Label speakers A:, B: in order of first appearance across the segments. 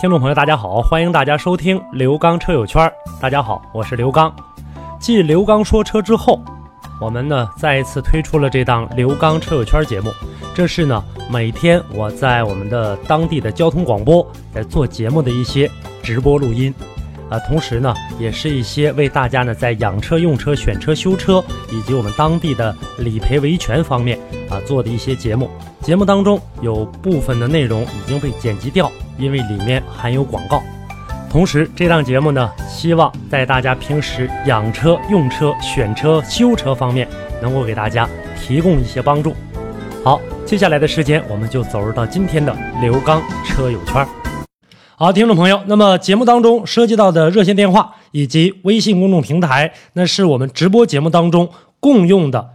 A: 听众朋友，大家好，欢迎大家收听刘刚车友圈儿。大家好，我是刘刚。继刘刚说车之后，我们呢再一次推出了这档刘刚车友圈节目。这是呢每天我在我们的当地的交通广播在做节目的一些直播录音，啊，同时呢也是一些为大家呢在养车、用车、选车、修车以及我们当地的理赔维权方面啊做的一些节目。节目当中有部分的内容已经被剪辑掉，因为里面含有广告。同时，这档节目呢，希望在大家平时养车、用车、选车、修车方面，能够给大家提供一些帮助。好，接下来的时间，我们就走入到今天的刘刚车友圈儿。好，听众朋友，那么节目当中涉及到的热线电话以及微信公众平台，那是我们直播节目当中共用的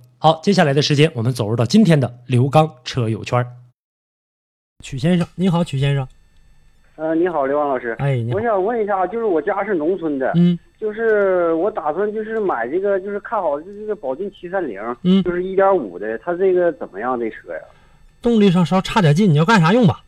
A: 好，接下来的时间我们走入到今天的刘刚车友圈儿。曲先生，你好，曲先生，
B: 呃，你好，刘王老师。
A: 哎，你好
B: 我，想问一下，就是我家是农村的，
A: 嗯
B: 就是我打算就是买这个，就是看好这个宝骏七三零，
A: 嗯
B: 就，是一点五的，它这个怎么样？这车呀，
A: 动力上稍差点劲，你要干啥用吧？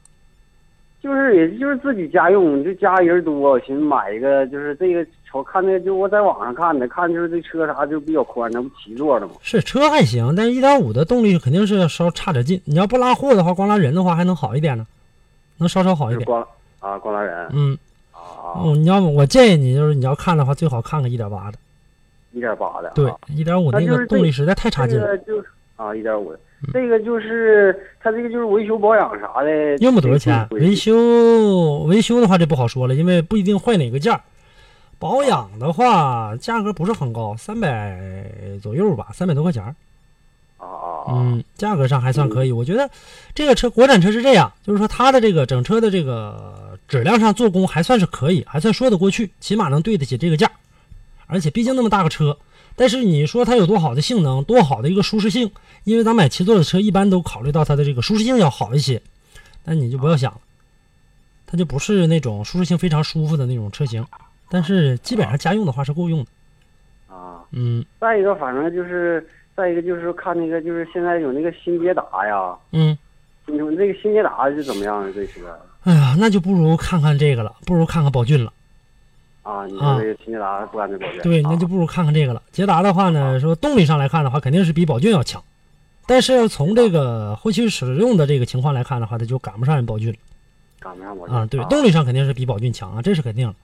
B: 就是也就是自己家用，就家人多，我寻思买一个，就是这个瞅看那个，就我在网上看的，看就是这车啥就比较宽，那不七座的吗？
C: 是车还行，但是一点五的动力肯定是稍差点劲。你要不拉货的话，光拉人的话还能好一点呢，能稍稍好一
B: 就是
C: 点。
B: 光啊，光拉人
C: 嗯，
B: 啊，
C: 哦，你要我建议你就是你要看的话，最好看个一点八的。
B: 一点八的啊，
C: 对，一点五
B: 那
C: 那
B: 就是
C: 个动
B: 这
C: 力实在太差劲嗯
B: 这个
C: 了，
B: 就是啊，一点五的，这个就是它这个就是维修保养啥的，
C: 用不多少钱。
B: 这个
C: 维修维修的话就不好说了，因为不一定坏哪个件儿。
B: 啊
C: 保养的话，价格不是很高，三百左右吧，三百多块钱儿。
B: 啊啊啊，
C: 嗯，价格上还算可以。我觉得这个车国产车是这样，就是说它的这个整车的这个质量上做工还算是可以，还算说得过去，起码能对得起这个价。而且毕竟那么大个车，但是你说它有多好的性能，多好的一个舒适性，因为咱买七座的车一般都考虑到它的这个舒适性要好一些，但你就不要想了，它就不是那种舒适性非常舒服的那种车型。但是基本上家用的话是够用的，
B: 啊。
C: 嗯
B: 再一个，反正就是再一个就是看那个就是现在有那个新捷达呀，
C: 嗯。
B: 你说这个新捷达是怎么样的这车
C: 哎呀，那就不如看看这个了，不如看看宝骏了。
B: 啊？你说这个新捷达不敢这保啊证？
C: 对，那就不如看看这个了。捷达的话
B: 啊
C: 呢，说动力上来看的话，肯定是比宝骏要强，但是要从这个后期使用的这个情况来看的话，它就赶不上人宝骏了
B: 赶不上保证
C: 啊。对，动力上肯定是比宝骏强啊，这是肯定的。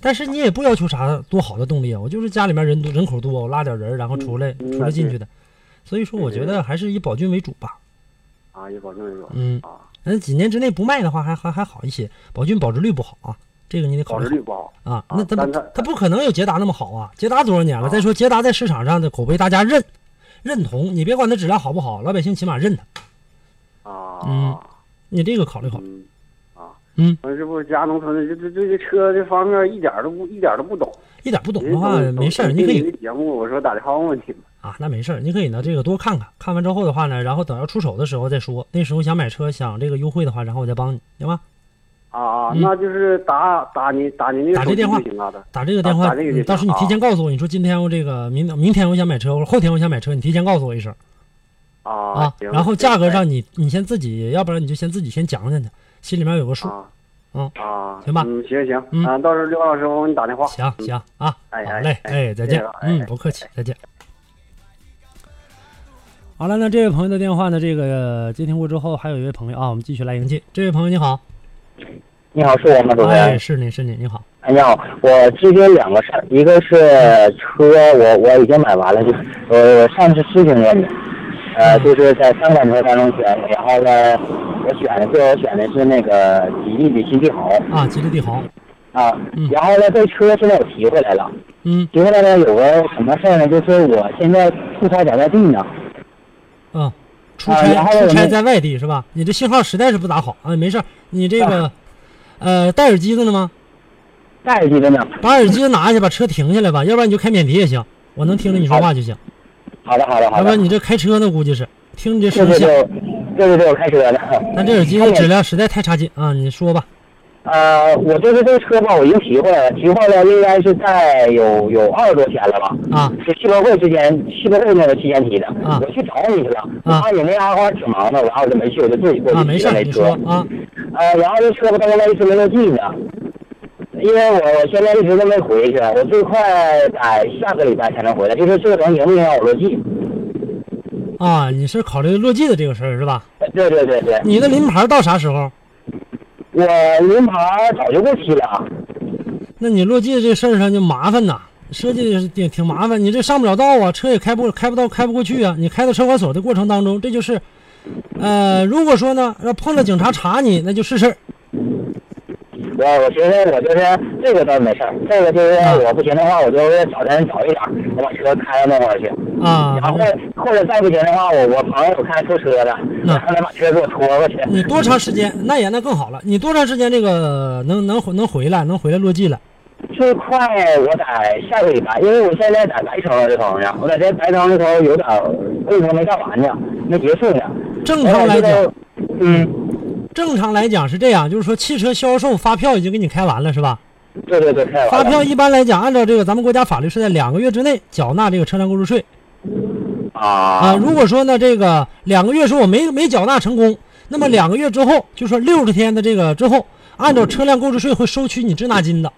C: 但是你也不要求啥多好的动力啊，我就是家里面人多人口多，我拉点人，然后出来
B: 嗯
C: 出来进去的。所以说，我觉
B: 对
C: 得还是以宝骏为主吧。
B: 啊，有保证有
C: 嗯，
B: 啊，
C: 那几年之内不卖的话，还还还好一些。宝骏保值率不好啊，这个你得考
B: 保
C: 虑
B: 值
C: 好
B: 率。不好
C: 啊，
B: 啊
C: 那它
B: 但
C: 不
B: 它
C: 它不可能有捷达那么好啊！捷达多少年了？
B: 啊
C: 再说捷达在市场上的口碑，大家认认同，你别管它质量好不好，老百姓起码认它。
B: 啊。
C: 嗯你这个考虑考虑。
B: 嗯啊，
C: 嗯，
B: 完这不家农村的，这这这个车这方面一点儿都不一点儿都不懂。
C: 一点不懂的话
B: 嗯
C: 没事儿，你
B: 听
C: 可
B: 你
C: 以
B: 的节目，我说打电话问问你们
C: 啊，那没事儿，你可以呢这个多看看，看完之后的话呢，然后等要出手的时候再说。那时候想买车想这个优惠的话，然后我再帮你，行吧？
B: 啊啊，
C: 嗯
B: 那就是打打您打您那个
C: 打这
B: 手机
C: 电话
B: 就行啊的
C: 打这个电话，
B: 打这个就行啊
C: 嗯到时候你提前告诉我，你说今天我这个明明天我想买车，或者后天我想买车，你提前告诉我一声。
B: 啊
C: 啊，。
B: 行
C: 然后价格上你你先自己，要不然你就先自己先讲讲去，心里面有个数。
B: 啊，
C: 嗯
B: 啊，
C: 行吧
B: 嗯，行行，
C: 嗯
B: 啊，到时候刘老师我给你打电话。
C: 行
B: 嗯，
C: 行啊，
B: 哎
C: 好
B: 哎
C: 嘞，
B: 哎
C: 哎，再
B: 谢谢
C: 见
B: 了，哎
C: 嗯
B: 哎，
C: 不客气，再见。好了，那这位朋友的电话呢？这个接听过之后，还有一位朋友啊，我们继续来迎接。这位朋友你好，
D: 你好，是我吗，主持
C: 哎，
D: 人？
C: 是您是您，你好，
D: 哎，你好，我咨询两个事儿，一个是车，我我已经买完了，就呃上次咨询过你，呃，
C: 嗯
D: 就是在三款车当中选，然后呢，我选的最后选的是那个吉利的新帝豪
C: 啊，吉利帝豪，
D: 啊
C: 嗯，
D: 然后呢，这车现在我提回来了，
C: 嗯
D: 提回来呢有个什么事儿呢？就是我现在出差在外地呢，
C: 啊，出
D: 啊
C: 差、
D: 然后我
C: 出差
D: 们
C: 在外地是吧？你这信号实在是不咋好啊，没事儿，你这个、呃戴耳机子呢吗？
D: 带着呢。
C: 把耳机拿下，把车停下来吧，要不然你就开免提也行，我能听着你说话就行。
B: 嗯
D: 好的，好的，好
C: 要不
D: 的
C: 然。你这开车呢，估计是听你这
D: 这
C: 声
D: 就
C: 线。
D: 就这就就我开车了。
C: 咱这耳机的质量实在太差劲啊！你说吧，
D: 呃，我就是这个车吧，我已经提回来了，提回来应该是在有有二十多天了吧？
C: 啊，
D: 是世博会之前，世博会那个期间提的。
C: 啊
D: 我去找你去了，我
C: 啊
D: 看你那阿花挺忙的，然后我就没去，我就自己过
C: 啊，
D: 去
C: 没
D: 提
C: 事儿，
D: 的那
C: 你
D: 车。
C: 说啊，
D: 呃，然后这车吧，到现在一直没有进呢，因为我我现在一直都没回去，我最快在下个礼拜才能回来，就是这个能影不影响我落地？
C: 啊，你是考虑落地的这个事儿是吧？
D: 对对对对，
C: 你的临牌到啥时候？
D: 我临牌早就过期了。啊
C: 那你落地这事儿上就麻烦呐，设计的是挺挺麻烦，你这上不了道啊，车也开不开不到开不过去啊。你开到车管所的过程当中，这就是，呃，如果说呢，要碰到警察查你，那就是事儿。
D: 我我觉得我就是这个倒没事儿，这个就是我不行的话，我就是找人找一找，我把车开到那块儿去。
C: 啊
D: 然后或者或者再不行的话，我我朋友开出车的，
C: 那
D: 然后他把车给我拖过去。
C: 嗯你多长时间？那也那更好了。你多长时间这个能能回能回来能回来落地了？
D: 最快我在下个礼拜，因为我现在在白城这头呢，我在这白城这头有点儿为什么没干完呢？没结束呢。
C: 正常来讲
D: 然后我就，嗯，
C: 正常来讲是这样，就是说汽车销售发票已经给你开完了，是吧？
D: 对对对，开完了
C: 发票一般来讲，按照这个咱们国家法律是在两个月之内缴纳这个车辆购入税啊。
D: 啊
C: 如果说呢，这个两个月说我没没缴纳成功，那么两个月之后，就说六十天的这个之后，按照车辆购置税会收取你滞纳金的。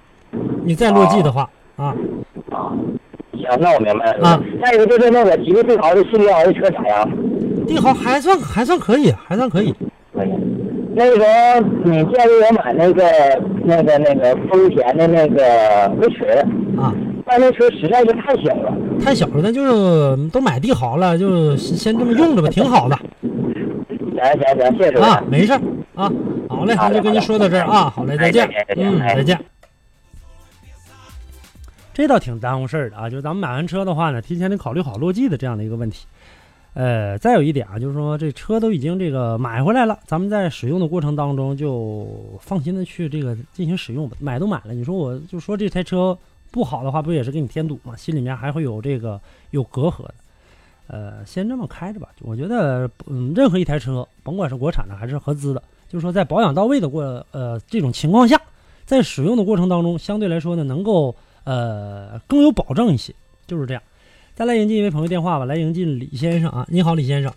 C: 你再落记的话啊，
D: 啊，行，那我明白了。
C: 啊
D: 再一个就是那个吉利帝豪的新帝豪的车咋样？
C: 帝豪还算还算可以，还算可以。
D: 可以。那个，你建议我买那个、那个、那个丰田的那个威驰，
C: 啊，
D: 但那车实在是太小了。
C: 太小了，那就是都买帝豪了，就先这么用着吧，挺好的
D: 行行行，谢谢主任。
C: 啊，没事儿啊。好嘞，那就跟您说到这儿啊，好嘞，再见
D: 哎再，见
C: 嗯，
D: 哎
C: 再见。这倒挺耽误事儿的啊，就是咱们买完车的话呢，提前得考虑好落地的这样的一个问题。呃，再有一点啊，就是说这车都已经这个买回来了，咱们在使用的过程当中就放心的去这个进行使用吧。买都买了，你说我就说这台车不好的话，不也是给你添堵吗？心里面还会有这个有隔阂的。呃，先这么开着吧。我觉得，嗯，任何一台车，甭管是国产的还是合资的，就是说在保养到位的过呃这种情况下，在使用的过程当中，相对来说呢，能够呃更有保证一些，就是这样。再来迎进一位朋友电话吧，来迎进李先生啊，你好，李先生，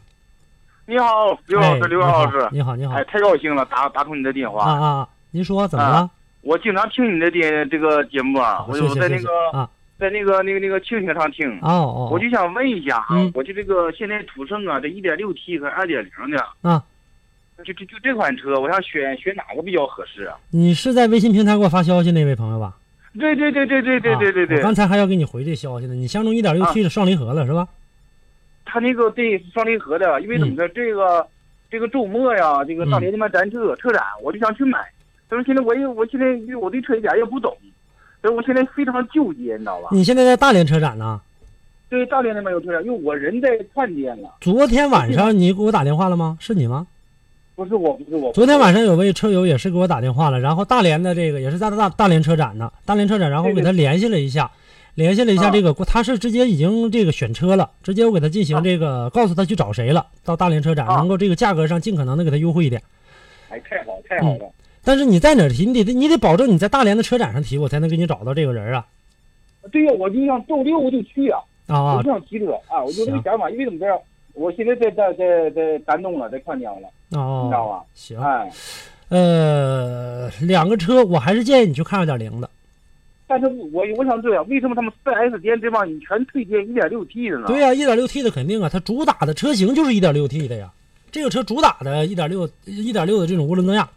B: 你好，刘老师，刘刚老师
C: 哎，你好，你好，你好
B: 哎，太高兴了，打打通你的电
C: 啊
B: 话。
C: 啊，啊您说怎么了？
B: 我经常听你的电这个节目啊，
C: 好
B: 我
C: 谢
B: 就
C: 谢
B: 在
C: 谢
B: 那
C: 谢
B: 个
C: 啊，
B: 在那个那个那个蜻蜓上听。
C: 哦哦，
B: 我就想问一下
C: 嗯，
B: 我就这个现在途胜啊，这 1.6T 和2.0的，
C: 啊，
B: 就就就这款车，我想选选哪个比较合适啊？
C: 你是在微信平台给我发消息那位朋友吧？
B: 对对对对对对
C: 啊
B: 对对啊
C: 我
B: 对，
C: 刚才还要给你回这消息呢，你相中一点六 T 的双离合了是吧？
B: 它那个对双离合的，因为怎
C: 嗯
B: 么说这个这个周末呀，这个大连那边咱车车展，我就想去买，但是现在我也我现在因为我对车一点也不懂，所以我现在非常纠结，你知道吧？
C: 你现在在大连车展呢？
B: 对大连那边有车展，因为我人在串店了，
C: 昨
B: 嗯
C: 天晚上你给我打电话了吗？是你吗？
B: 不是我不是我。
C: 昨天晚上有位车友也是给我打电话了，然后大连的这个也是在大大连车展呢，大连车展，然后我给他联系了一
B: 嗯
C: 下，联系了一
B: 啊
C: 下这个，他是直接已经这个选车了，直接我给他进行这个，告诉他去找谁了，到大连车展
B: 啊
C: 能够这个价格上尽可能的给他优惠一点。
B: 哎，太好太好了，
C: 但是你在哪儿提，你得你得保证你在大连的车展上提，我才能给你找到这个人啊
B: 对呀，我就想周六我就去呀，
C: 啊
B: 我
C: 啊
B: 不想骑车啊，我就这个
C: 行
B: 想法，因为怎么着，我现在在在在在丹东了，在串江了，你知道
C: 哦，
B: 吧？
C: 行，
B: 哎，
C: 呃，两个车我还是建议你去看二点零的。
B: 但是我我想这样，为什么他们 4S 店这帮人全推荐 1.6T 的呢？
C: 对呀、1 1 6 T 的肯定啊，它主打的车型就是1 6 T 的呀。这个车主打的1.6 1.6的这种涡轮增压，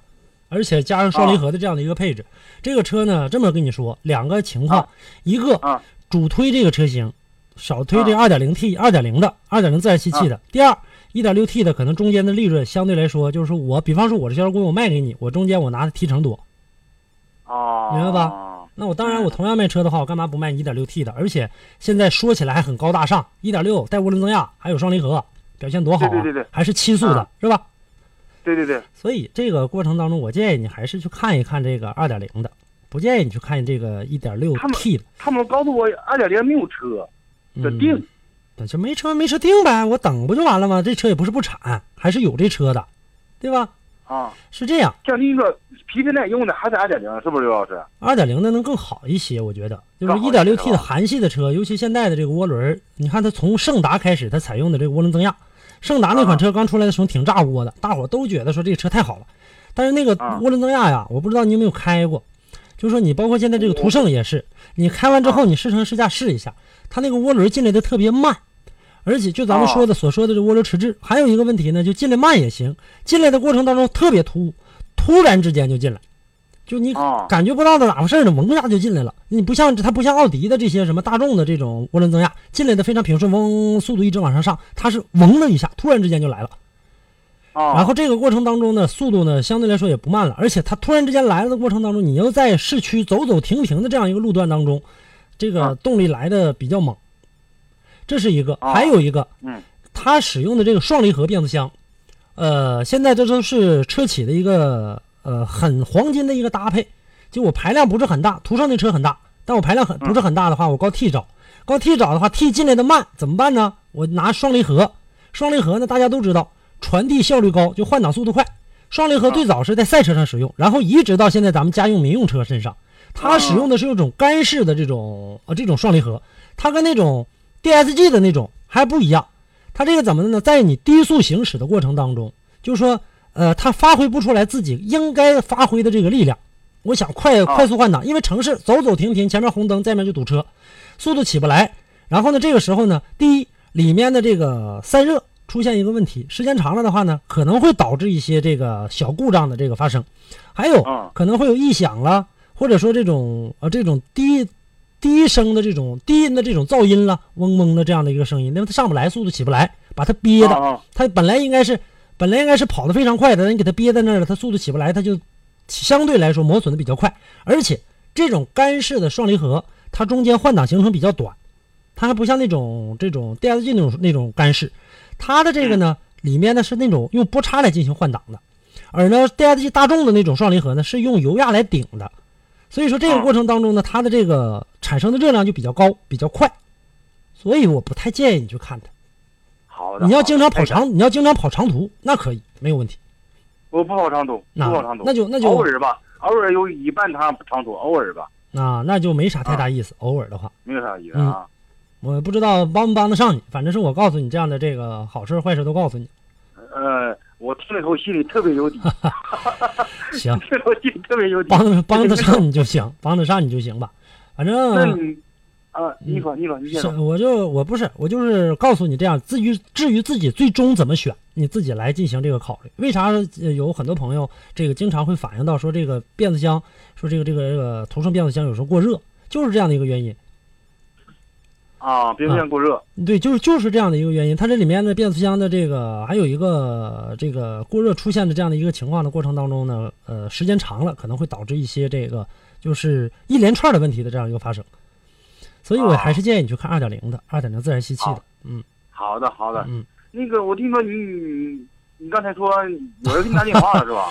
C: 而且加上双离合的这样的一个配置，这个车呢，这么跟你说，两个情况，
B: 啊
C: 一个、
B: 啊
C: 主推这个车型，少推这
B: 啊
C: 二点零 T、二点零的、二点零自然吸气的；第二，一点六 T 的可能中间的利润相对来说，就是说我比方说我这销售工我卖给你，我中间我拿的提成多，
B: 啊，
C: 明白吧？那我
B: 嗯
C: 当然，我同样卖车的话，我干嘛不卖你 1.6T 的？而且现在说起来还很高大上，1.6带涡轮增压，还有双离合，表现多好啊！
B: 对对对对
C: 还是七速的
B: 啊，
C: 是吧？
B: 对对对，
C: 所以这个过程当中，我建议你还是去看一看这个2.0的，不建议你去看这个
B: 他们
C: 1.6T 的。
B: 他们告诉我二点零没有车，得
C: 嗯
B: 定。
C: 那就没车没车定呗，我等不就完了吗？这车也不是不产，还是有这车的，对吧？
B: 啊，
C: 是这样，
B: 像那个皮实耐用的还是二点零，是不是刘老师？
C: 二点零的能更好一些，我觉得，就是
B: 更好
C: 一
B: 一些
C: 点
B: 是
C: 六
B: 吧
C: T 的韩系的车，尤其现在的这个涡轮儿，你看它从胜达开始，它采用的这个涡轮增压，胜达那
B: 啊
C: 款车刚出来的时候挺炸窝的，大伙儿都觉得说这个车太好了，但是那个
B: 啊
C: 涡轮增压呀，我不知道你有没有开过，就说你包括现在这个途胜也是，你开完之
B: 啊
C: 后你试乘试驾试一下，它那个涡轮进来的特别慢，而且就咱们
B: 啊
C: 说的所说的这涡轮迟滞，还有一个问题呢，就进来慢也行，进来的过程当中特别突兀，突然之间就进来，就你
B: 啊
C: 感觉不到的哪回事儿呢，嗡一下就进来了。你不像它不像奥迪的这些什么大众的这种涡轮增压，进来的非常平顺，嗡速度一直往上上，它是嗡的一下，突然之间就来了。
B: 啊，
C: 然后这个过程当中呢，速度呢相对来说也不慢了，而且它突然之间来了的过程当中，你又在市区走走停停的这样一个路段当中，这个
B: 啊
C: 动力来的比较猛，这是一个。
B: 啊
C: 还有一个，
B: 嗯，
C: 它使用的这个双离合变速箱，呃，现在这都是车企的一个呃很黄金的一个搭配。就我排量不是很大，途胜那车很大，但我排量很不是很大的话，我高 T 找，高 T 找的话，T 进来的慢怎么办呢？我拿双离合，双离合呢大家都知道，传递效率高，就换挡速度快。双离合最早是在赛车上使用，然后移植到现在咱们家用民用车身上。它使用的是一种干式的这种呃这种双离合，它跟那种 DSG 的那种还不一样。它这个怎么的呢？在你低速行驶的过程当中，就是说，呃，它发挥不出来自己应该发挥的这个力量。我想快快速换挡，因为城市走走停停，前面红灯，再面就堵车，速度起不来。然后呢，这个时候呢，第一，里面的这个散热出现一个问题，时间长了的话呢，可能会导致一些这个小故障的这个发生，还有
B: 嗯
C: 可能会有异响啦，或者说这种呃这种低低声的这种低音的这种噪音啦，嗡嗡的这样的一个声音，那么它上不来，速度起不来，把它憋的，
B: 啊
C: 它本来应该是本来应该是跑得非常快的，但你给它憋在那儿了，它速度起不来，它就相对来说磨损的比较快。而且这种干式的双离合，它中间换挡行程比较短，它还不像那种这种 DSG 那种那种干式，它的这个呢里面呢是那种用波叉来进行换挡的，而呢 DSG 大众的那种双离合呢是用油压来顶的。所以说这个过程当中呢，它的这个产生的热量就比较高，比较快，所以我不太建议你去看它。
B: 好的，
C: 你要经常
B: 好
C: 跑
B: 的，
C: 长，你要经常跑长途，那可以，没有问题。
B: 我不跑长途，不
C: 那
B: 跑长途，
C: 那就那就
B: 偶尔吧，偶尔有一半趟长途，偶尔吧，
C: 啊，那就没啥太大意思。偶尔的话，
B: 没有啥意思啊。
C: 我不知道帮不帮得上你，反正是我告诉你这样的这个好事儿坏事儿都告诉你。
B: 呃，我听了以后心里特别有底，
C: 行，
B: 听了我心里特别有底。
C: 帮帮得上你就行，帮得上你就行吧。反
B: 那
C: 正
B: 你啊，你说你说你先
C: 嗯是，
B: 说
C: 我就我不是，我就是告诉你这样。至于至于自己最终怎么选，你自己来进行这个考虑。为啥呃有很多朋友这个经常会反映到说这个变速箱，说这个这个这个途胜变速箱有时候过热，就是这样的一个原因。
B: 啊，别变过热
C: 对，就是就是这样的一个原因。它这里面的变速箱的这个，还有一个这个过热出现的这样的一个情况的过程当中呢，呃，时间长了可能会导致一些这个就是一连串的问题的这样一个发生。所以我还是建议你去看二点零的，二点零自然吸气的
B: 好。
C: 嗯
B: 好的好的，
C: 嗯，
B: 那个我听说你你你刚才说有人给你打电话了是 吧？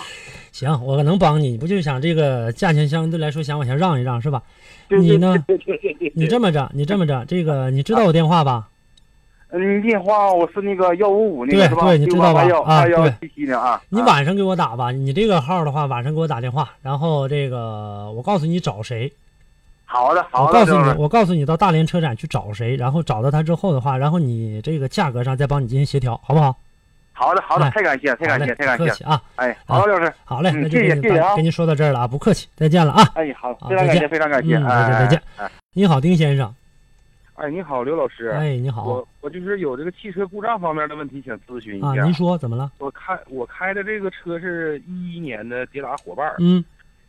C: 行，我能帮你，你不就想这个价钱相对来说想往下让一让是吧？
B: 对
C: 你呢？
B: 对对对对对，
C: 你这么着，你这么着，这个你知道我电话吧？
B: 嗯，你电话我是那个幺五五那
C: 对
B: 个是吧？
C: 对你知道吧
B: 八幺
C: 啊
B: 八幺
C: 对
B: 七七的啊。
C: 你
B: 啊
C: 晚上给我打吧，你这个号的话晚上给我打电话，然后这个我告诉你找谁，
B: 好的好
C: 我
B: 的，
C: 告诉
B: 刘老
C: 你，
B: 师
C: 我告诉你，到大连车展去找谁，然后找到他之后的话，然后你这个价格上再帮你进行协调，好不好？
B: 好的好的，
C: 哎
B: 太感谢太感
C: 好嘞
B: 谢太感
C: 不客
B: 谢，
C: 气啊！
B: 哎，好的，刘老师，
C: 好嘞，
B: 嗯
C: 那就
B: 谢
C: 给
B: 谢
C: 你
B: 谢谢啊
C: 跟您说到这儿了啊，不客气，再见了啊！
B: 哎好，
C: 好
B: 非常
C: 再
B: 感
C: 见
B: 谢非常感谢，
C: 嗯
B: 哎
C: 再见再见。
B: 哎哎
C: 你好，丁先生，
B: 哎，你好，刘老师。
C: 哎，你好
B: 我我就是有这个汽车故障方面的问题想咨询一
C: 啊，
B: 下。
C: 您说怎么了？
B: 我开我开的这个车是一一年的捷达伙伴儿，
C: 嗯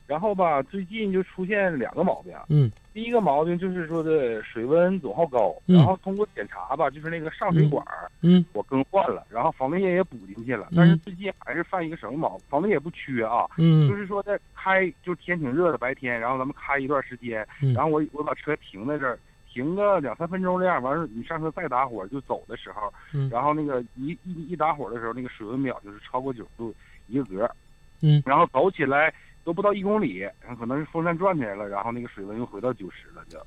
B: 然后吧，最近就出现两个毛病。啊
C: 嗯
B: 第一个毛病就是说的水温总好高，
C: 嗯
B: 然后通过检查吧，就是那个上水管儿
C: 嗯
B: 我更换了，然后防冻液也补进去了
C: 嗯，
B: 但是最近还是犯一个什么毛病？防冻液不缺啊，就
C: 嗯
B: 是说在开，就天挺热的白天，然后咱们开一段时间
C: 嗯，
B: 然后我我把车停在这儿，停个两三分钟这样，完事儿你上车再打火就走的时候
C: 嗯，
B: 然后那个一一一打火的时候，那个水温表就是超过九十度一个格，
C: 嗯，
B: 然后走起来都不到一公里，可能是风扇转起来了，然后那个水温又回到九十了就。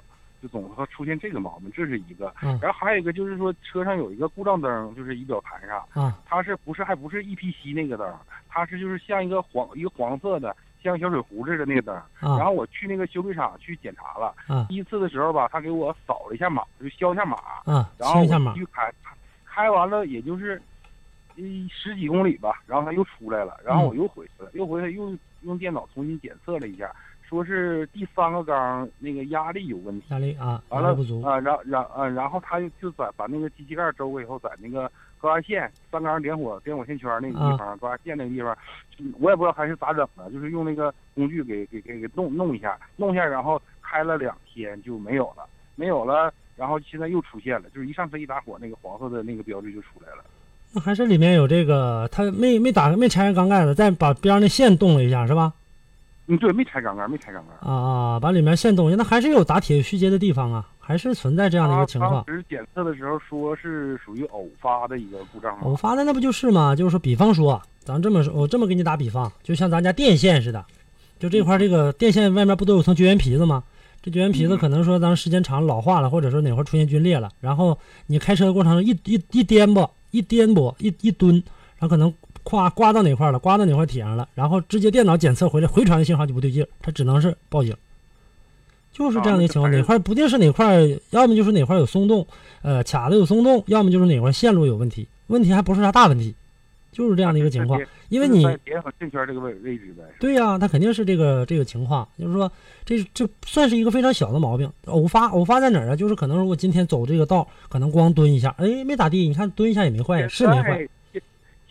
B: 就总会出现这个毛病，这是一个
C: 嗯。
B: 然后还有一个就是说，车上有一个故障灯，就是仪表盘上，
C: 啊
B: 它是不是还不是 EPC 那个灯儿？它是就是像一个黄一个黄色的，像小水壶似的那个灯儿。然
C: 啊
B: 后我去那个修理厂去检查了，
C: 啊
B: 第一次的时候吧，他给我扫了一下码，就消一下码，
C: 啊！
B: 然后
C: 清一下
B: 我
C: 码
B: 继，续开，开完了也就是一十几公里吧，然后他又出来了，然后我又回去了，
C: 嗯
B: 又回去又用电脑重新检测了一下，说是第三个缸那个压力有问题。
C: 压力啊，
B: 完
C: 压
B: 了
C: 力不足
B: 啊，然然啊，然后他就就在把那个机器盖周过以后，在那个高压线三缸点火点火线圈那个
C: 啊
B: 地方，高压线那个地方，就我也不知道还是咋整的，就是用那个工具给给给给弄弄一下，弄一下，然后开了两天就没有了，没有了，然后现在又出现了，就是一上车一打火，那个黄色的那个标志就出来了。
C: 那还是里面有这个，他没没打没拆开缸盖子，再把边上的线动了一下是吧？
B: 嗯，对，没拆杠杆，没拆杠杆。
C: 啊啊，把里面线动一下，那还是有打铁续接的地方啊，还是存在这样的一
B: 他
C: 个情况
B: 当。时检测的时候说是属于偶发的一个故障
C: 偶
B: 嘛，
C: 发的那不就是嘛？就是说，比方说，咱这么说，我这么给你打比方，就像咱家电线似的，就这块儿这个电线外面不都有层绝缘皮子吗？这绝缘皮子可能说咱时间长了老化了，或者说哪块儿出现皲裂了，然后你开车的过程中一一一颠簸，一颠簸，一一蹲，然后可能跨刮到哪块儿了，刮到哪块儿铁上了，然后直接电脑检测回来回传的信号就不对劲儿，它只能是报警。就是这样的一个情况，
B: 啊那就还是
C: 哪块儿不定是哪块儿，要么就是哪块儿有松动，呃，卡的有松动，要么就是哪块儿线路有问题，问题还不是啥大问题，就是这样的一个情况
B: 就是。
C: 因为
B: 就是
C: 你
B: 在点火线圈这个位位置呗，是吧
C: 对呀、它肯定是这个这个情况，就是说这这算是一个非常小的毛病，偶发偶发在哪儿啊？就是可能如果今天走这个道，可能光蹲一下，哎，没咋地，你看蹲一下也没坏，是没坏，
B: 现在。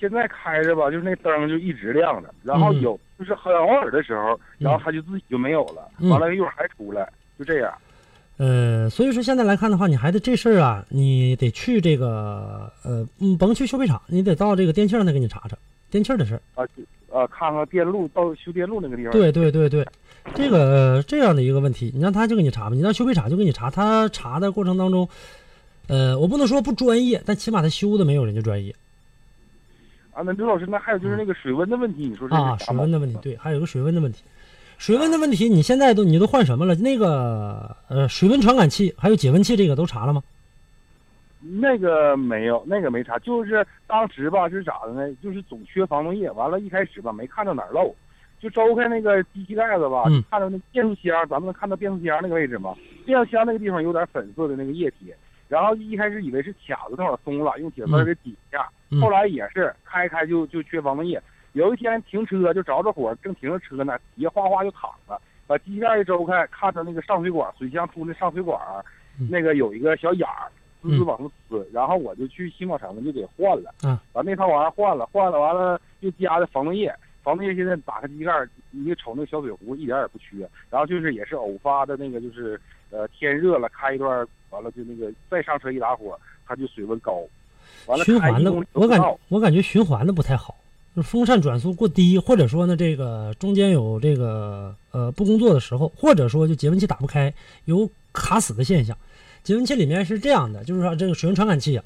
B: 现在开着吧，就是那灯就一直亮着，然后
C: 嗯
B: 有、就是很偶尔的时候，然后它就自己就没有了，
C: 嗯
B: 完了一会儿还出来，就这样。
C: 呃，所以说现在来看的话，你还得这事儿啊，你得去这个呃，嗯，甭去修配厂，你得到这个电器儿那给你查查电器儿的事儿。
B: 啊，就啊，看看电路到修电路那个地方。
C: 对对对对，这个、呃这样的一个问题，你让他就给你查吧，你让修配厂就给你查，他查的过程当中，呃，我不能说不专业，但起码他修的没有人家专业
B: 啊，那刘老师，那还有就是那个水温的问题，你说这是
C: 嗯啊。
B: 啥
C: 水
B: 毛
C: 温
B: 病
C: 的问题，对，还有一个水温的问题，水温的问题，你现在都你都换什么了？那个呃，水温传感器还有解温器这个都查了吗？
B: 那个没有，那个没啥，就是当时吧是咋的呢？就是总缺防冻液，完了，一开始吧没看到哪儿漏，就周开那个机器盖子吧，
C: 嗯
B: 看到那变速箱，咱们能看到变速箱那个位置吗？变速箱那个地方有点粉色的那个液体，然后一开始以为是卡子那会儿松了，用铁丝儿给抵一下，
C: 嗯
B: 后来也是开开就就缺防冻液。有一天停车就着着火，正停着车呢，底下哗哗就淌了，把机器盖一周开，看到那个上水管水箱出那上水管儿
C: 嗯，
B: 那个有一个小眼儿。滋滋往出呲，然后我就去新宝城就给换了，
C: 啊，
B: 把那套玩意儿换了，换了完了又加的防冻液，防冻液现在打开机盖儿，你就瞅那个小水壶一点儿也不缺，然后就是也是偶发的那个就是呃天热了开一段儿，完了就那个再上车一打火，它就水温高，完了
C: 循
B: 开
C: 环
B: 一
C: 的
B: 公里，都
C: 我
B: 不
C: 感
B: 到
C: 我感觉循环的不太好，就是风扇转速过低，或者说呢，这个中间有这个呃不工作的时候，或者说就节温器打不开，有卡死的现象。节温器里面是这样的，就是说这个水温传感器啊，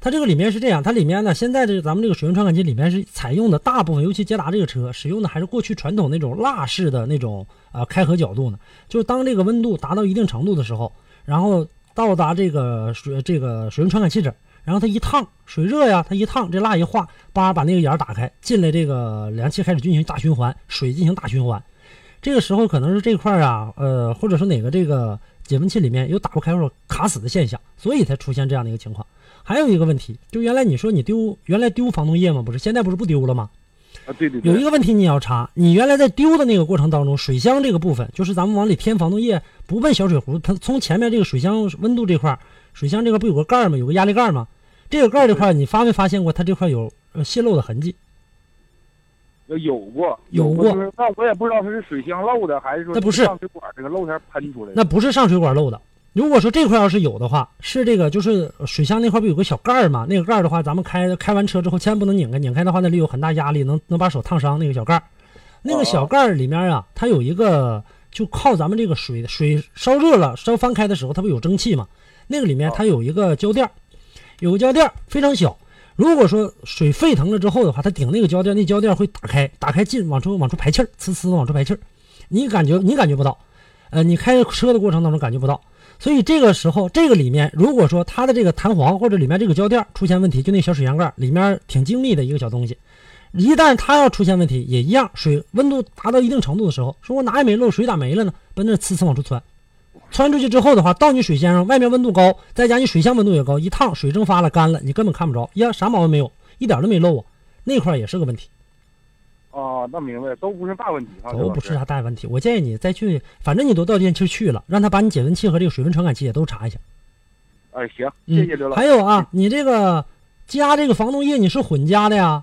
C: 它这个里面是这样，它里面呢，现在这咱们这个水温传感器里面是采用的大部分，尤其捷达这个车使用的还是过去传统那种蜡式的那种呃开合角度呢，就是当这个温度达到一定程度的时候，然后到达这个水这个水温传感器这儿，然后它一烫，水热呀，它一烫，这蜡一化，叭把那个眼儿打开，进来这个凉气开始进行大循环，水进行大循环。这个时候可能是这块儿啊，呃，或者说哪个这个解温器里面有打不开或者卡死的现象，所以才出现这样的一个情况。还有一个问题，就原来你说你丢，原来丢防冻液吗？不是，现在不是不丢了吗？
B: 啊，对对对，
C: 有一个问题你也要查，你原来在丢的那个过程当中，水箱这个部分，就是咱们往里添防冻液，不奔小水壶，它从前面这个水箱温度这块儿，水箱这块不有个盖儿吗？有个压力盖儿吗？这个盖儿这块儿，你发没发现过它这块有呃泄漏的痕迹？
B: 有有过，
C: 有
B: 过
C: 过，
B: 就是那我也不知道它是水箱漏的，还是说
C: 那不是
B: 上水管这个漏才喷出来的。
C: 那不是上水管漏的。如果说这块要是有的话，是这个就是水箱那块不有个小盖儿吗？那个盖儿的话，咱们开开完车之后千万不能拧开，拧开的话那里有很大压力，能能把手烫伤。那个小盖儿，那个小盖儿里面啊，它有一个就靠咱们这个水水烧热了烧翻开的时候，它不有蒸汽吗？那个里面它有一个胶垫儿，有个胶垫儿非常小。如果说水沸腾了之后的话，它顶那个胶垫，那胶垫会打开，打开进往出往出排气儿，呲呲的往出排气儿，你感觉你感觉不到，呃，你开车的过程当中感觉不到，所以这个时候这个里面如果说它的这个弹簧或者里面这个胶垫出现问题，就那小水箱盖儿里面挺精密的一个小东西，一旦它要出现问题，也一样，水温度达到一定程度的时候，说我哪也没漏，水咋没了呢？奔那呲呲往出窜，窜出去之后的话，到你水箱上，外面温度高，再加你水箱温度也高，一烫水蒸发了干了，你根本看不着，呀，啥毛病没有，一点都没漏啊，那块儿也是个问题，
B: 啊，那明白，都不是大问题哈，
C: 都不是
B: 这啊老师
C: 啥大问题。我建议你再去，反正你都到电器去了，让他把你解温器和这个水温传感器也都查一下。
B: 哎，行，
C: 嗯
B: 谢谢刘老师。
C: 还有啊，你这个加这个防冻液你是混加的呀？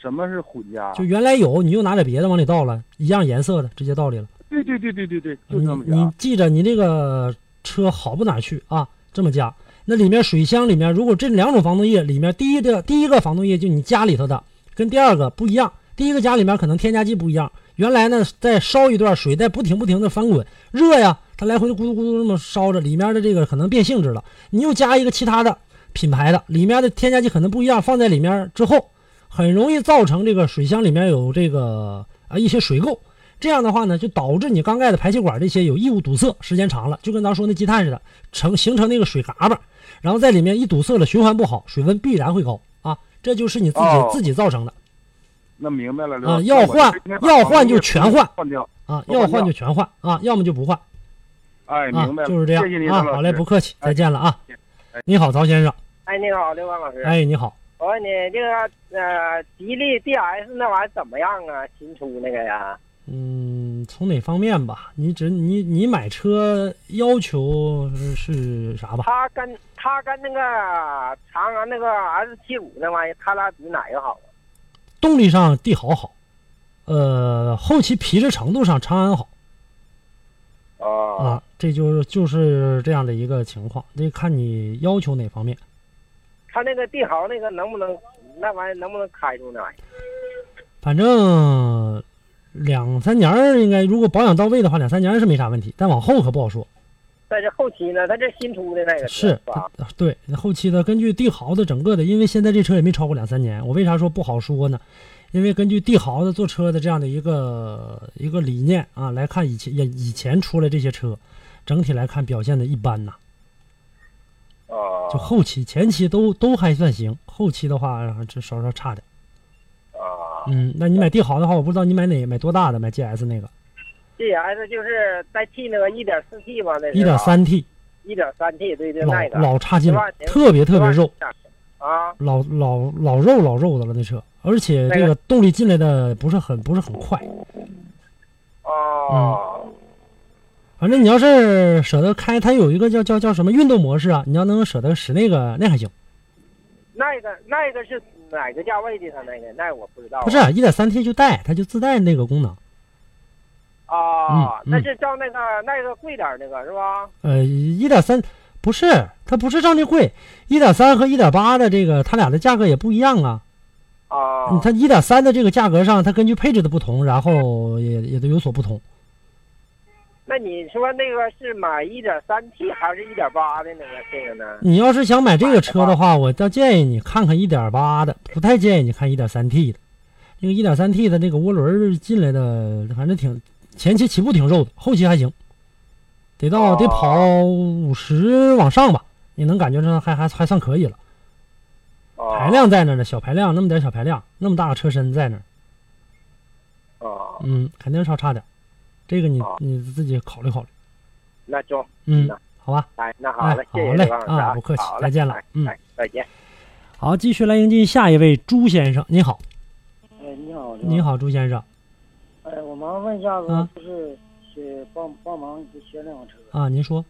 B: 什么是混加？
C: 就原来有，你又拿点别的往里倒了，一样颜色的，直接道理了。
B: 对对对对对对，就
C: 你
B: 这么
C: 你
B: 讲。
C: 记着，你这个车好不哪儿去啊？这么加，那里面水箱里面，如果这两种防冻液里面，第一个第一个防冻液就你家里头的，跟第二个不一样。第一个家里面可能添加剂不一样，原来呢再烧一段水，再不停不停的翻滚，热呀，它来回咕嘟咕嘟这么烧着，里面的这个可能变性质了。你又加一个其他的品牌的，里面的添加剂可能不一样，放在里面之后，很容易造成这个水箱里面有这个啊一些水垢。这样的话呢，就导致你缸盖的排气管这些有异物堵塞，时间长了，就跟咱说那积碳似的，成形成那个水嘎巴，然后在里面一堵塞了，循环不好，水温必然会高啊，这就是你自己、
B: 哦
C: 自己造成的
B: 那明白了，刘
C: 啊
B: 老师。
C: 要
B: 我
C: 换
B: 今天把
C: 要
B: 房子
C: 换就
B: 也
C: 全换
B: 换掉。
C: 啊，
B: 我换
C: 要换
B: 掉
C: 就全换啊，要么就不换
B: 哎，
C: 啊
B: 明白，了，
C: 就是这样
B: 谢谢您，
C: 啊，
B: 刘老
C: 好嘞，
B: 师
C: 不客气，
B: 哎
C: 再见了啊
B: 哎，
C: 你好，曹先生，
E: 哎，你好，刘刚老师。
C: 哎，你好，
E: 我问你，这个呃，吉利 DS 那玩意儿怎么样啊？新出那个呀？
C: 嗯，从哪方面吧？你只你你买车要求是是啥吧？
E: 它跟它跟那个长安那个 S 七五那玩意儿，它俩比哪个好啊？
C: 动力上帝豪好，呃，后期皮质程度上长安好。
E: 哦，
C: 啊，这就是就是这样的一个情况，这看你要求哪方面。
E: 它那个帝豪那个能不能那玩意儿能不能开出那玩意儿？
C: 反正两三年儿应该，如果保养到位的话，两三年儿是没啥问题，但往后可不好说。
E: 但是后期呢，它这新出的那个
C: 是
E: 吧？
C: 它对，那后期的根据帝豪的整个的，因为现在这车也没超过两三年，我为啥说不好说呢？因为根据帝豪的做车的这样的一个一个理念啊来看，以前也以前出来这些车，整体来看表现的一般呐、
E: 哦
C: 就后期前期都都还算行，后期的话啊这稍稍差点。
E: 哦
C: 嗯，那你买帝豪的话，我不知道你买哪买多大的，买 GS 那个
E: ，DS 就是代替那个一点四 T 吧，那
C: 一点三 T，
E: 一点三 T，对对，
C: 老
E: 那个
C: 老差劲了
E: 是吧，
C: 特别特别肉，
E: 啊。
C: 老老老肉老肉的了那车，而且这
E: 那
C: 个动力进来的不是很不是很快。
E: 哦，
C: 嗯反正你要是舍得开，它有一个叫叫叫什么运动模式啊，你要能舍得使那个那还行。
E: 那个那个是哪个价位的？它那个那我不知
F: 哦
E: 道啊。
C: 不是一点三 T 就带，它就自带那个功能，
E: 啊，
C: 嗯
E: 那
C: 嗯
E: 是照那个那个贵点儿那个是吧？
C: 呃，一点三不是它不是上这贵，一点三和一点八的这个它俩的价格也不一样啊。
F: 哦
E: 啊，
C: 嗯它一点三的这个价格上，它根据配置的不同，然后也也都有所不同。
E: 那你说那个是买一点三 T 还是一点八的那个这个呢？
C: 你要是想买这个车的话，我倒建议你看看一点八的，不太建议你看一点三 T 的。那个一点三 T 的那个涡轮进来的，反正挺前期起步挺肉的，后期还行，得到
E: 哦
C: 得跑五十往上吧，你能感觉上还还还算可以了。排
E: 啊
C: 量在那儿呢，小排量那么点小排量，那么大个车身在那儿，
E: 啊，
C: 嗯，肯定稍差点儿。这个你
E: 哦
C: 你自己考虑考虑，
E: 那中，
C: 嗯
E: 那，
C: 好吧。
E: 哎，那好了
C: 哎，
E: 谢谢
C: 好嘞
E: 刘老师
C: 啊不客气
E: 好嘞
C: 再见了
E: 哎
C: 嗯
E: 哎再见。
C: 好，继续来迎接下一位朱先生，你好，
F: 哎，你好，
E: 嗯
F: 刘
C: 你好，朱先生
F: 老师。哎，我麻烦问一下子
C: 啊，
F: 就是呃，帮帮忙就选两款车，
C: 啊，您说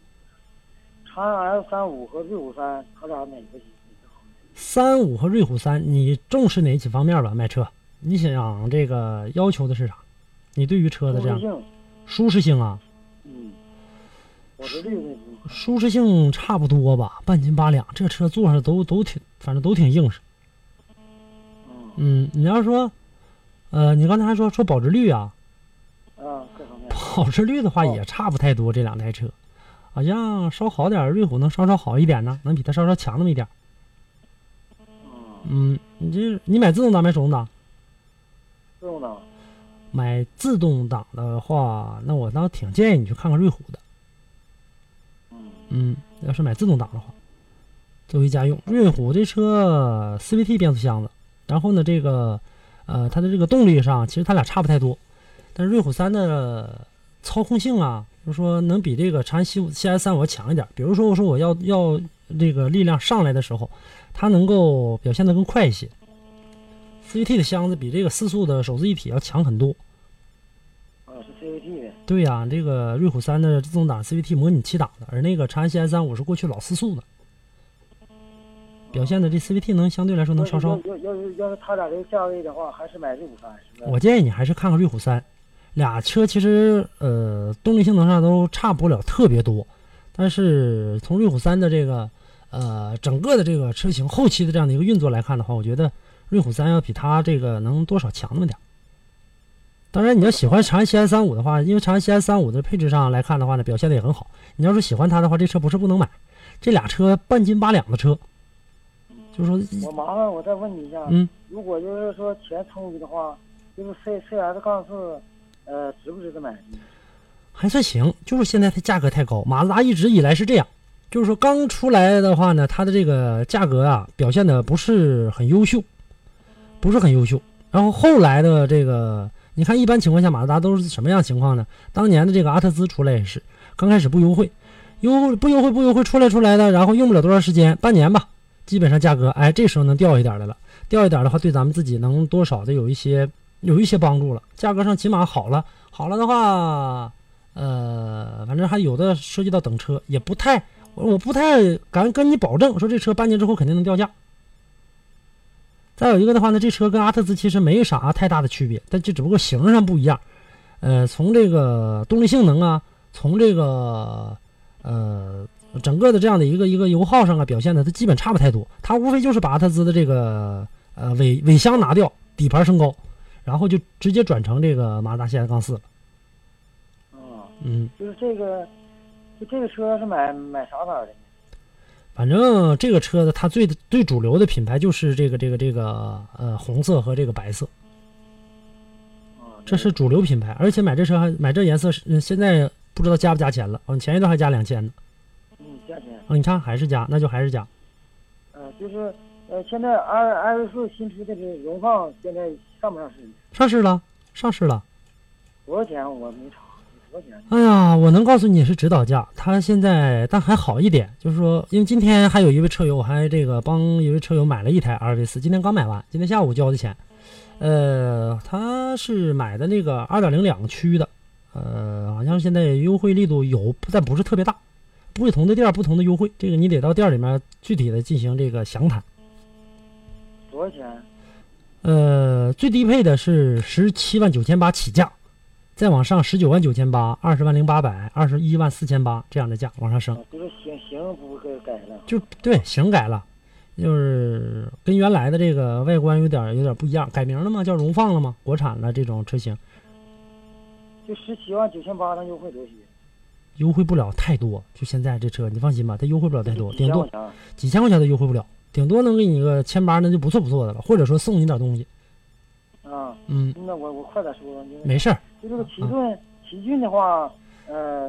F: 长安 L 三五和 B 五三，它俩哪个哪个好？
C: 三五和瑞虎三，你重视哪几方面吧？买车，你想这个要求的是啥？你对于车的这样
F: 舒适性，
C: 舒适性啊，
F: 嗯，我是绿的，
C: 舒适性差不多吧，半斤八两，这车坐上都都挺，反正都挺硬实。
F: 嗯
C: 嗯，你要说，呃，你刚才还说说保值率啊，
F: 啊，各方面，
C: 保值率的话
F: 哦
C: 也差不太多，这两台车，好像稍好点儿，瑞虎能稍稍好一点呢，能比它稍稍强那么一点儿。
F: 嗯，
C: 嗯，你这你买自动挡买手动挡？
F: 自动挡，
C: 买自动挡的话，那我倒挺建议你去看看瑞虎的。
F: 嗯
C: 嗯，要是买自动挡的话，作为家用，瑞虎这车 CVT 变速箱子，然后呢，这个呃，它的这个动力上其实它俩差不太多，但是瑞虎三的操控性啊，就是说能比这个长安西五 CS 三我要强一点。比如说我说我要要这个力量上来的时候，它能够表现得更快一些。CVT 的箱子比这个四速的手自一体要强很多。
F: 啊，是 CVT 的，
C: 对呀、这个瑞虎三的自动挡 CVT 模拟七档的，而那个长安 CS 三五是过去老四速的，表现的这 CVT 能相对来说能稍稍。
F: 要要要是要是它俩这个价位的话，还是买 B 五三，是不
C: 我建议你还是看看瑞虎三，俩车其实呃动力性能上都差不了特别多，但是从瑞虎三的这个呃整个的这个车型后期的这样的一个运作来看的话，我觉得瑞虎三要比它这个能多少强那么点儿。当然，你要喜欢长安 CS 三五的话，因为长安 CS 三五的配置上来看的话呢，表现的也很好。你要是喜欢它的话，这车不是不能买，这俩车半斤八两的车，就是说
F: 是？我麻烦我再问你一下，
C: 嗯，
F: 如果就是说钱充裕的话，就是 C C S 杠四，呃，值不值得买？
C: 还算行，就是现在它价格太高。马自达一直以来是这样，就是说刚出来的话呢，它的这个价格啊表现的不是很优秀，不是很优秀。然后后来的这个，你看一般情况下马自达都是什么样情况呢？当年的这个阿特兹出来也是，刚开始不优惠，优不优惠不优惠出来出来的，然后用不了多长时间，半年吧，基本上价格哎这时候能掉一点儿来了，掉一点儿的话对咱们自己能多少的有一些有一些帮助了，价格上起码好了，好了的话。呃，反正还有的涉及到等车，也不太，我我不太敢跟你保证说这车半年之后肯定能掉价。再有一个的话呢，这车跟阿特兹其实没啥太大的区别，但就只不过型上不一样。呃，从这个动力性能啊，从这个呃整个的这样的一个一个油耗上啊，表现的它基本差不太多。它无非就是把阿特兹的这个呃尾尾箱拿掉，底盘升高，然后就直接转成这个马自达 CS 杠四了。
F: 啊，
C: 嗯。
F: 就是这个，就这个车是买买啥牌儿的呢？
C: 反正这个车子它最最主流的品牌就是这个这个这个呃红色和这个白色，
F: 啊，
C: 这是主流品牌。而且买这车还买这颜色是，嗯现在不知道加不加钱了。嗯，前一段还加两千呢。
F: 嗯，价钱，
C: 啊，你看还是加，那就还是加。
F: 呃，就是呃，现在 i i 四新出的这荣放，现在上不上市？
C: 上市了，上市了。
F: 多少钱啊我没查，多少钱？啊
C: 哎呀，我能告诉你是指导价，它现在但还好一点，就是说，因为今天还有一位车友，我还这个帮一位车友买了一台 RV 四，今天刚买完，今天下午交的钱。呃，他是买的那个二点零两驱的，呃，好像现在优惠力度有，但不是特别大。不同的店儿不同的优惠，这个你得到店儿里面具体的进行这个详谈。
F: 多少钱？
C: 呃，最低配的是十七万九千八起价，再往上十九万九千八、二十万零八百、二十一万四千八这样的价往上升
F: 啊，，就是型型不给改了。
C: 就对型改了，就是跟原来的这个外观有点有点不一样，改名了吗？叫荣放了吗？国产了这种车型
F: 就十七万九千八能优惠多些，
C: 优惠不了太多，就现在这车你放心吧，它优惠不了太多，
F: 几
C: 顶
F: 千
C: 多
F: 块钱。
C: 几千块钱都优惠不了，顶多能给你个千八那就不错不错的了，或者说送你点东西，
F: 啊，
C: 嗯，
F: 那我我快点说，因为
C: 没事儿。啊
F: 就这个奇骏，奇骏的话，呃，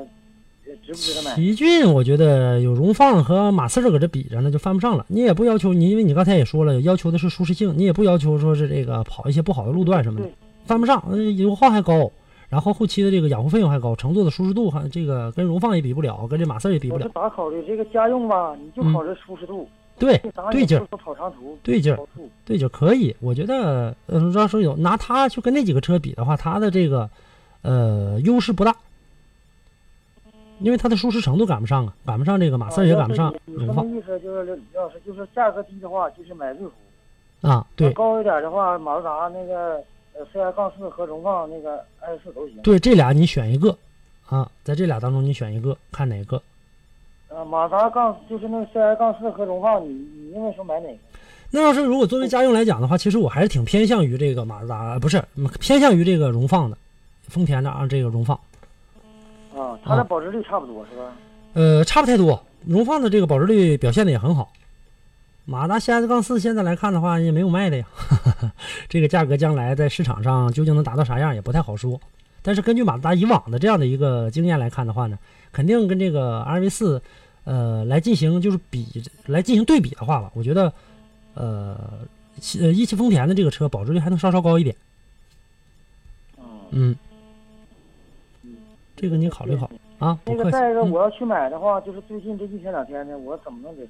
F: 呃值不值得买？
C: 奇骏，我觉得有荣放和马四搁这比着，那就犯不上了。你也不要求你，因为你刚才也说了，要求的是舒适性，你也不要求说是这个跑一些不好的路段什么的
F: 对，
C: 犯不上。呃油耗还高，然后后期的这个养护费用还高，乘坐的舒适度还这个跟荣放也比不了，跟这马四也比不
F: 我是
C: 了。
F: 咋考虑这个家用吧？你就考虑舒适度，
C: 对
F: 这啥
C: 嗯对
F: 也
C: 劲儿
F: 不是跑长途，
C: 对劲儿
F: 跑速
C: 对就可以。我觉得，呃，要说有拿它去跟那几个车比的话，它的这个呃优势不大，因为它的舒适程度赶不上啊，赶不上这个马
F: 啊
C: 四也赶不上
F: 要是你
C: 荣
F: 说那
C: 放
F: 意思就是刘老师，就是价格低的话，就是买瑞虎；
C: 啊。对
F: 高一点的话，马自达那个呃 CR 杠四和荣放那个 i 四都行。
C: 对，这俩你选一个啊，在这俩当中你选一个，看哪个。
F: 呃，马自达杠就是那个 CR 杠四和荣放，你你认为说买哪个？
C: 那要是如果作为家用来讲的话，其实我还是挺偏向于这个马自达，呃不是嗯偏向于这个荣放的，丰田的啊这个荣放，
F: 啊，它的
C: 啊
F: 保值率差不多是吧？
C: 呃，差不太多。荣放的这个保值率表现的也很好，马自达 CS 杠四现在来看的话也没有卖的呀， 这个价格将来在市场上究竟能达到啥样也不太好说。但是根据马自达以往的这样的一个经验来看的话呢，肯定跟这个 RV 四，呃，来进行就是比来进行对比的话吧，我觉得，呃，汽呃一汽丰田的这个车保值率还能稍稍高一点。嗯，这个你考虑考虑啊，不
F: 那
C: 客气。
F: 个再一个，
C: 嗯
F: 我要去买的话，就是最近这一天两天的，我怎么能给，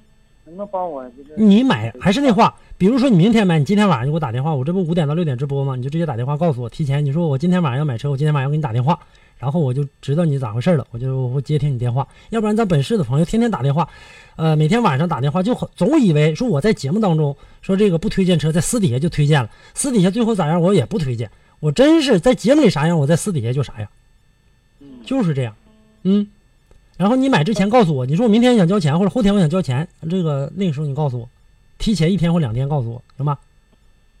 F: 能不能帮我就是？
C: 你买还是那话，比如说你明天买，你今天晚上就给我打电话，我这不五点到六点直播吗？你就直接打电话告诉我，提前你说我今天晚上要买车，我今天晚上要给你打电话，然后我就知道你咋回事了，我就会接听你电话。要不然咱本市的朋友天天打电话，呃，每天晚上打电话就很总以为说我在节目当中说这个不推荐车，在私底下就推荐了，私底下最后咋样我也不推荐，我真是在节目里啥样，我在私底下就啥样，就是这样，嗯。然后你买之前告诉我，你说我明天想交钱，或者后天我想交钱，这个那个时候你告诉我，提前一天或两天告诉我，行吧？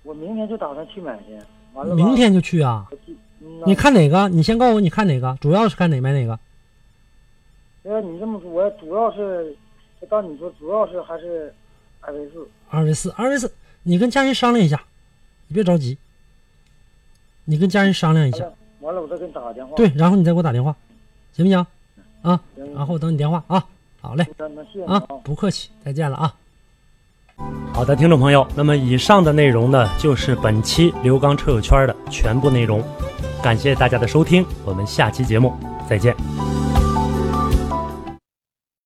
F: 我明天就打算去买去，完了吧
C: 明天就去啊？
F: 我记嗯呐
C: 你看哪个？你先告诉我你看哪个，主要是看哪买哪个。
F: 要你这么说，我主要是，就当你说主要是还是 iV 四，
C: 二 v 四，二 v 四，你跟家人商量一下，你别着急，你跟家人商量一
F: 完
C: 下，
F: 了完了我再给你打个电话。
C: 对，然后你再给我打电话，行不行？啊，
F: 行，
C: 然后我等你电话啊。好嘞，
F: 那那谢谢你
C: 啊
F: 啊，
C: 不客气，再见了啊。
A: 好的，听众朋友，那么以上的内容呢，就是本期刘刚车友圈的全部内容，感谢大家的收听，我们下期节目再见。